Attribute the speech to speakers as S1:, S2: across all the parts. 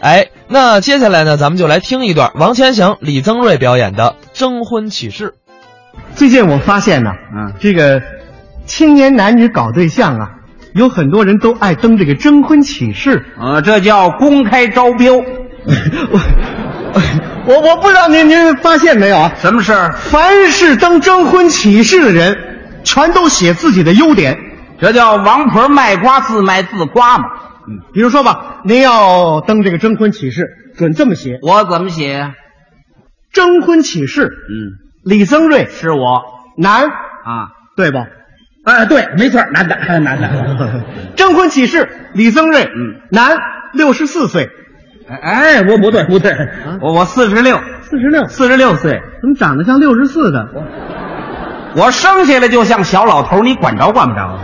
S1: 哎，那接下来呢，咱们就来听一段王千祥、李增瑞表演的《征婚启事》。
S2: 最近我发现呢，
S3: 嗯
S2: 这个青年男女搞对象啊，有很多人都爱登这个征婚启 事。
S3: 呃，这叫公开招标。
S2: 我我我不知道您您发现没有啊？
S3: 什么事儿？
S2: 凡是登征婚启事的人，全都写自己的优点。
S3: 这叫王婆卖瓜，自卖自夸嘛。
S2: 比如说吧，您要登这个征婚启事，准这么写：
S3: 我怎么写？
S2: 征婚启事，
S3: 嗯，
S2: 李增瑞，
S3: 是我
S2: 男，
S3: 啊。
S2: 对吧？
S3: 啊，对，没错，男的，男 的。
S2: 征婚启事，李增瑞，
S3: 嗯，
S2: 男，六十四岁，
S3: 哎，我不对，不对，啊我我四十六，
S2: 四十六，
S3: 四十六岁，
S2: 怎么长得像六十四的？
S3: 我生下来就像小老头，你管着啊管不着？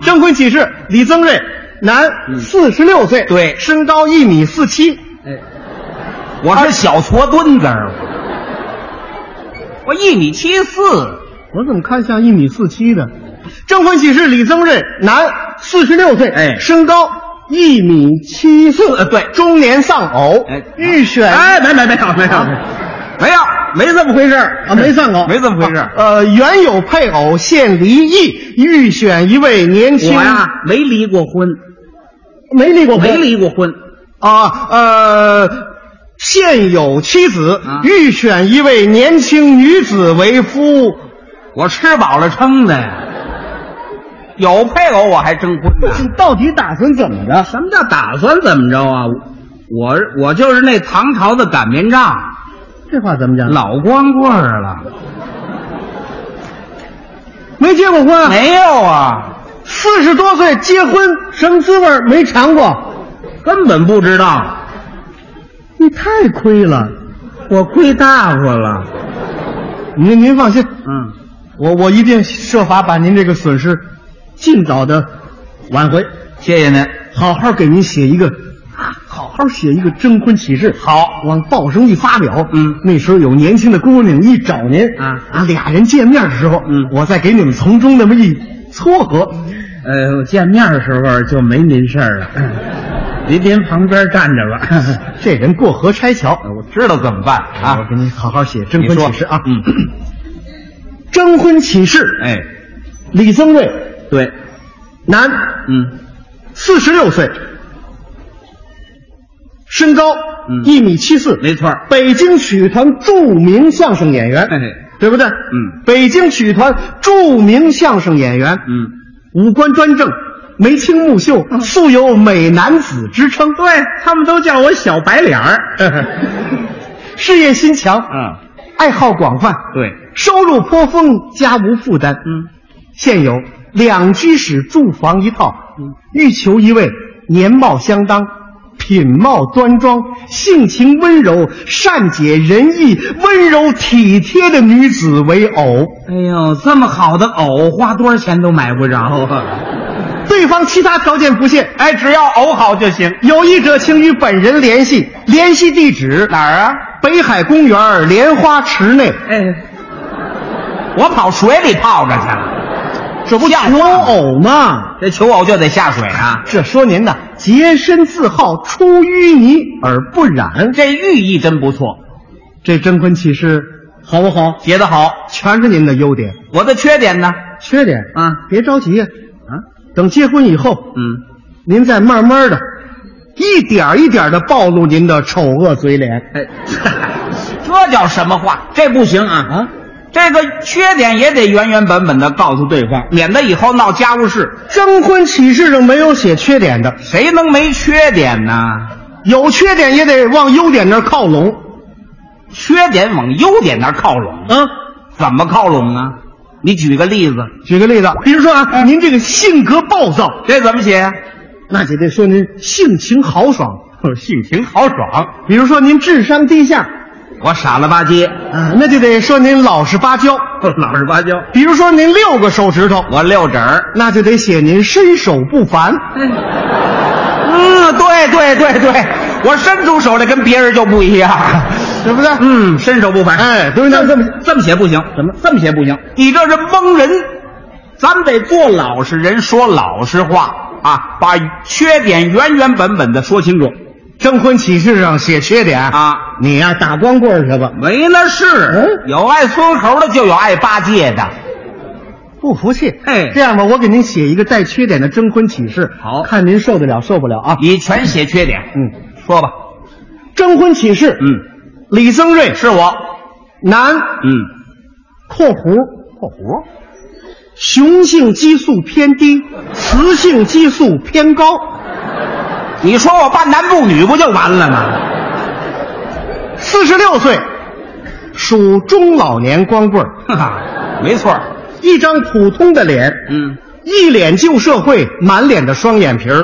S2: 征婚启事，李增瑞，男，四十六岁，
S3: 嗯对
S2: 身高一米四七，
S3: 我是小矬墩子儿，我一米七四，
S2: 我怎么看像一米四七的？征婚启事，李增瑞，男，四十六岁，
S3: 哎呃
S2: 身高一米七四，
S3: 对
S2: 中年丧偶，
S3: 哎
S2: 预选，
S3: 哎，没没没有没有没有，没这么回事儿
S2: 啊，没丧偶，
S3: 没这啊么回事儿。
S2: 呃，原有配偶现离异，预选一位年
S3: 我
S2: 轻，
S3: 呀没离过婚，
S2: 没离过婚，
S3: 没离过婚，
S2: 啊，呃，现有妻子，
S3: 啊
S2: 预选一位年轻女子为夫。
S3: 我吃饱了撑的呀。有配偶我还征婚呢。啊
S2: 到底打算怎么着？
S3: 什么叫打算怎么着啊？我我就是那唐朝的擀面杖，
S2: 这话怎么讲？
S3: 老光棍儿了。
S2: 没结过婚啊，
S3: 没有啊，
S2: 四十多岁结婚，什么滋味儿没尝过？
S3: 根本不知道。
S2: 你太亏了。
S3: 我亏大发了。
S2: 您您放心，
S3: 嗯，
S2: 我我一定设法把您这个损失尽早的挽回，
S3: 谢谢您。
S2: 好好给您写一个，好好写一个征婚启事。
S3: 好，
S2: 往报上一发表，
S3: 嗯
S2: 那时候有年轻的姑娘一找您
S3: 啊
S2: 俩人见面的时候，
S3: 嗯
S2: 我再给你们从中那么一撮合，
S3: 呃，见面的时候就没您事儿了，您您旁边站着吧。
S2: 这人过河拆桥
S3: 我知道怎么办
S2: 我
S3: 啊。
S2: 给你好好写征婚启事啊，
S3: 嗯，
S2: 征婚启事，
S3: 哎，
S2: 李增瑞，
S3: 对，
S2: 男，
S3: 嗯，
S2: 四十六岁，身高
S3: 嗯
S2: 一米七四，
S3: 没错儿。
S2: 北京曲艺团著名相声演员，
S3: 哎，
S2: 对不对？
S3: 嗯，
S2: 北京曲艺团著名相声演员，
S3: 嗯，
S2: 五官端正，眉清目秀，素有“美男子”之称。嗯对他们都叫我小白脸儿。 事业心强，
S3: 嗯，
S2: 爱好广泛，
S3: 对，
S2: 收入颇丰，家无负担。
S3: 嗯，
S2: 现有两居室住房一套。
S3: 嗯，
S2: 欲求一位年貌相当。品貌端庄、性情温柔、善解人意、温柔体贴的女子为偶。
S3: 哎呦，这么好的藕，花多少钱都买不着啊！
S2: 对方其他条件不限，
S3: 哎，只要藕好就行。
S2: 有意者请与本人联系，联系地址
S3: 哪儿啊？
S2: 北海公园莲花池内。
S3: 哎，我跑水里泡着去了。
S2: 这不
S3: 像
S2: 求偶吗？
S3: 这求偶就得下水啊！
S2: 这说您呐，洁身自好，出淤泥而不染。
S3: 嗯这寓意真不错，
S2: 这征婚启事好不好？
S3: 写得好。
S2: 全是您的优点，
S3: 我的缺点呢？
S2: 缺点
S3: 啊，
S2: 别着急呀，
S3: 啊，
S2: 等结婚以后，
S3: 嗯，
S2: 您再慢慢的，一点儿一点的暴露您的丑恶嘴脸。
S3: 哎， 这叫什么话？这不行啊！
S2: 啊，
S3: 这个缺点也得原原本本的告诉对方，免得以后闹家务事。
S2: 征婚启事上没有写缺点的，
S3: 谁能没缺点呢？
S2: 有缺点也得往优点那儿靠拢
S3: 缺点往优点那儿靠拢，
S2: 啊。
S3: 怎么靠拢啊？你举个例子，
S2: 举个例子，比如说啊，您这个性格暴躁，
S3: 这怎么写？
S2: 那就得说您性情豪爽；
S3: 性情豪爽，
S2: 比如说您智商低下，
S3: 我傻了吧唧，
S2: 啊，那就得说您老实巴交；
S3: 老实巴交，
S2: 比如说您六个手指头，
S3: 我六指儿。
S2: 那就得写您身手不凡。
S3: 嗯，对对对对，我伸出手来跟别人就不一样。
S2: 对不对？
S3: 嗯，伸手不凡。
S2: 哎对那
S3: 这么这么写不行，怎么这么写不行？你这是蒙人，咱得做老实人，说老实话。啊，把缺点原原本本的说清楚。
S2: 征婚启事上写缺点
S3: 啊，
S2: 你呀、打光棍儿去吧！
S3: 没那事，
S2: 嗯
S3: 有爱孙猴的，就有爱八戒的。
S2: 不服气，
S3: 哎
S2: 这样吧，我给您写一个带缺点的征婚启事，
S3: 好
S2: 看您受得了受不了啊？
S3: 你全写缺点，
S2: 嗯，
S3: 说吧。
S2: 征婚启事，，
S3: 嗯，
S2: 李增瑞
S3: 是我。
S2: 男，
S3: 嗯，
S2: 括弧括弧，雄性激素偏低，雌性激素偏高，
S3: 你说我半男不女不就完了吗？
S2: 四十六岁，属中老年光棍儿，
S3: 哈哈，没错儿。
S2: 一张普通的脸，
S3: 嗯，
S2: 一脸旧社会，满脸的双眼皮儿，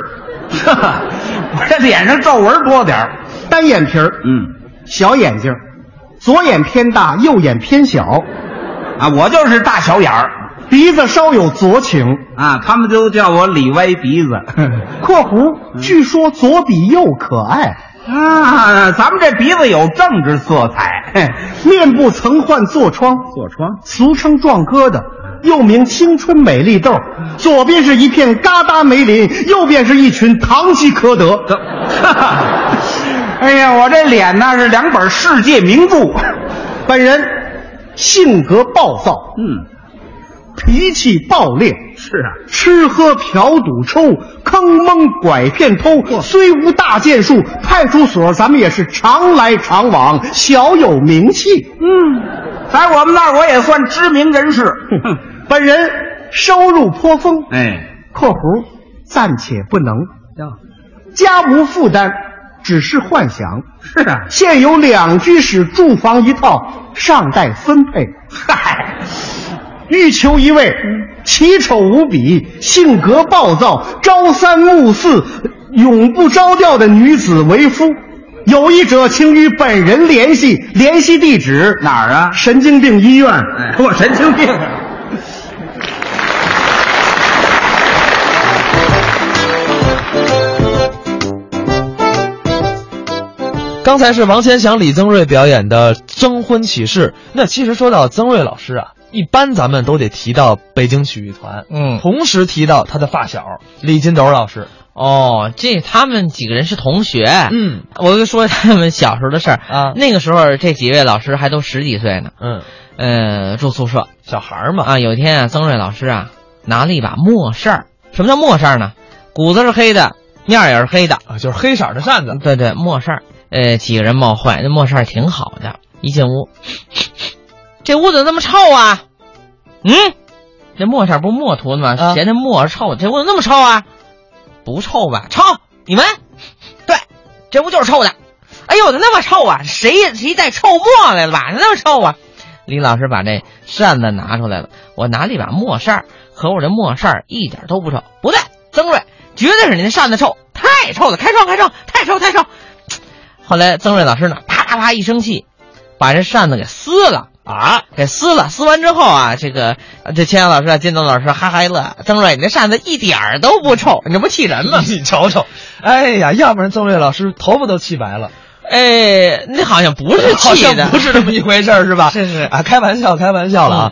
S3: 哈哈， 我这脸上皱纹多点儿。
S2: 单眼皮儿，
S3: 嗯，
S2: 小眼睛，左眼偏大，右眼偏小，
S3: 啊，我就是大小眼儿
S2: 鼻子稍有左倾。
S3: 啊，他们都叫我李歪鼻 子。
S2: （括弧）据说左比右可爱，
S3: 啊，咱们这鼻子有政治色彩。嘿
S2: 面部曾患痤疮，
S3: 痤疮，
S2: 俗称壮疙瘩，又名青春美丽痘。左边是一片嘎达梅林，右边是一群堂吉诃德。
S3: 这，哈哈， 哎呀，我这脸呢是两本世界名著。
S2: 本人性格暴躁，
S3: 嗯，
S2: 脾气暴烈。
S3: 是啊，
S2: 吃喝嫖赌抽，坑蒙拐骗偷，虽无大建树，派出所咱们也是常来常往，小有名气。
S3: 嗯，在我们那儿我也算知名人士。
S2: 本人收入颇丰，
S3: 哎，
S2: （括弧暂且不能）
S3: 行，
S2: 家无负担，只是幻想。
S3: 是啊，
S2: 现有两居室住房一套，尚待分配。
S3: 嗨，
S2: 欲求一位，奇丑无比，性格暴躁，朝三暮四，永不着调的女子为夫。有意者，请与本人联系，联系地址
S3: 哪儿啊？
S2: 神经病医院。
S3: 哎，我神经病。
S1: 刚才是王千祥、李增瑞表演的《征婚启事》。那其实说到增瑞老师啊，一般咱们都得提到北京曲艺团，
S4: 嗯
S1: 同时提到他的发小李金斗老师。
S4: 哦，这他们几个人是同学。
S1: 嗯
S4: 我就说他们小时候的事儿
S1: 啊
S4: 那个时候这几位老师还都十几岁呢，
S1: 嗯，
S4: 呃，住宿舍
S1: 小孩儿嘛，
S4: 啊。有一天啊，曾瑞老师啊拿了一把墨扇儿，什么叫墨扇儿呢？骨子是黑的，面儿也是黑的，
S1: 啊，就是黑色儿的扇子。
S4: 对对，墨扇儿。呃，几个人冒坏，那墨扇儿挺好的。一进屋， 这屋怎么那么臭啊？嗯，这墨扇儿不是墨涂的吗？
S1: 啊
S4: 嫌这墨臭，这屋怎么那么臭啊？不臭吧？臭！你闻，对，这屋就是臭的。哎呦，怎么那么臭啊？谁谁带臭墨来了吧？怎么那么臭啊？李老师把这扇子拿出来了，我拿了一把墨扇儿，可我这墨扇儿一点都不臭。不对，曾瑞，绝对是你那扇子臭，太臭了！开窗，开窗，太臭，太臭！后来曾瑞老师呢，啪啪啪一生气，把这扇子给撕了啊，给撕了。撕完之后啊，这个呃这千阳老师啊、金东老师哈哈一乐，曾瑞，你这扇子一点儿都不臭，你这不气人 吗？
S1: 你瞅瞅，哎呀，要不然曾瑞老师头发都气白了，
S4: 哎，那好像不是
S1: 好
S4: 气
S1: 像
S4: 的，
S1: 不是这么一回事儿，是吧？
S4: 是是
S1: 啊，开玩笑，开玩笑了啊。